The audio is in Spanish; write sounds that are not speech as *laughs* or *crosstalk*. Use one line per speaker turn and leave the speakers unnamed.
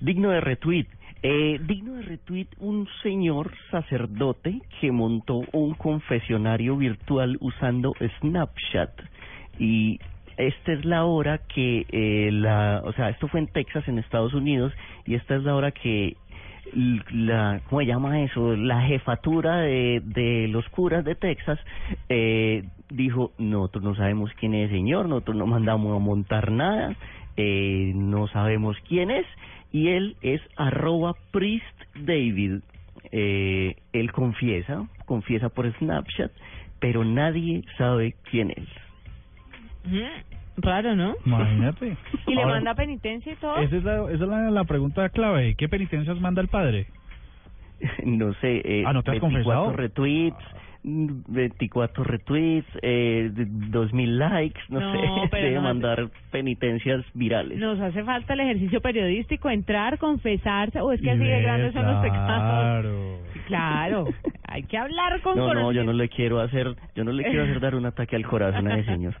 Digno de retweet. Eh, digno de retweet un señor sacerdote que montó un confesionario virtual usando Snapchat y esta es la hora que eh, la, o sea, esto fue en Texas, en Estados Unidos, y esta es la hora que l- la, ¿cómo se llama eso? La jefatura de, de los curas de Texas eh, dijo, nosotros no sabemos quién es el señor, nosotros no mandamos a montar nada, eh, no sabemos quién es, y él es arroba priest David. Eh, él confiesa, confiesa por Snapchat, pero nadie sabe quién es.
Mm, Raro, ¿no?
Imagínate.
*laughs* Y le
Ahora,
manda penitencia y todo.
Esa es, la, esa es la, la pregunta clave. ¿Qué penitencias manda el padre?
*laughs* no sé, eh,
Ah, ¿no te
24
has confesado?
retweets, mm, 24 retweets, eh, de- 2000 likes, no,
No,
sé, *laughs*
pero
debe
no hace-
mandar penitencias virales.
Nos hace falta el ejercicio periodístico, entrar, confesarse, o es que así de
Y
grandes son los pecados.
Claro.
Claro, hay que hablar con
no, no, yo no
conocimiento. *laughs*
le quiero hacer, yo no le quiero hacer dar un ataque al corazón a ese señor.